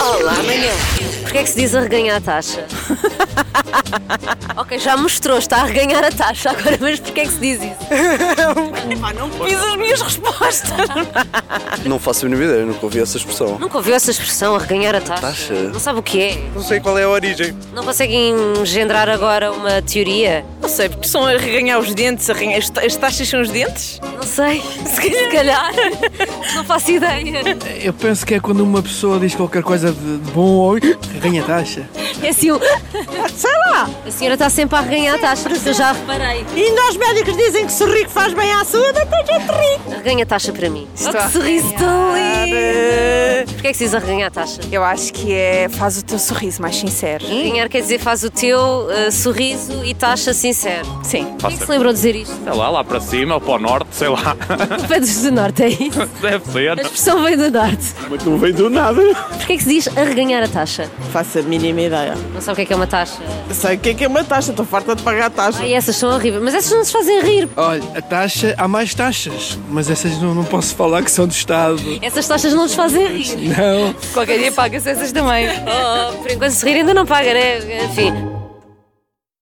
Olá, amanhã. Porquê é que se diz arreganhar a taxa? ok, já mostrou, está a arreganhar a taxa agora, mas porquê é que se diz isso? Fiz as minhas respostas. Não faço a mínima ideia, nunca ouvi essa expressão. Nunca ouviu essa expressão, arreganhar a taxa? Taxa? Não sabe o que é? Não sei qual é a origem. Não conseguem engendrar agora uma teoria? Não sei, porque são a reganhar os dentes, a reganhar- as ta- as taxas são os dentes? Não sei, se se calhar. Não faço ideia. Eu penso que é quando uma pessoa diz qualquer coisa de, de bom ou ganha taxa. É assim, um- Sei lá! a senhora está sempre a arreganhar a taxa, porque eu já reparei. Ainda os médicos dizem que se rico faz bem à saúde, é até gente rico! Arreganha a taxa para mim. Oh, Está que sorriso tão lindo! Porquê é que se diz arreganhar a taxa? Eu acho que é faz o teu sorriso mais sincero. Arreganhar quer dizer faz o teu eh, sorriso e taxa sincero. Sim. Quem é que se lembrou de dizer isto? Sei lá, lá para cima ou para o norte, sei lá. Pedros do Norte, é isso? Deve A ser. expressão vem do Norte. Mas não vem do nada. Porquê é que se diz arreganhar a taxa? Faço a mínima ideia. Não sabe o que é que é uma taxa? Sei o que é que é uma taxa, estou farta de pagar a taxa. Ai, essas são horríveis. Mas essas não se fazem rir. Olha, a taxa, há mais taxas, mas essas não, não posso falar que são do Estado. Essas taxas não nos fazem rir. Não. Qualquer dia paga-se essas também. Oh, por enquanto se rir ainda não paga, né? Enfim.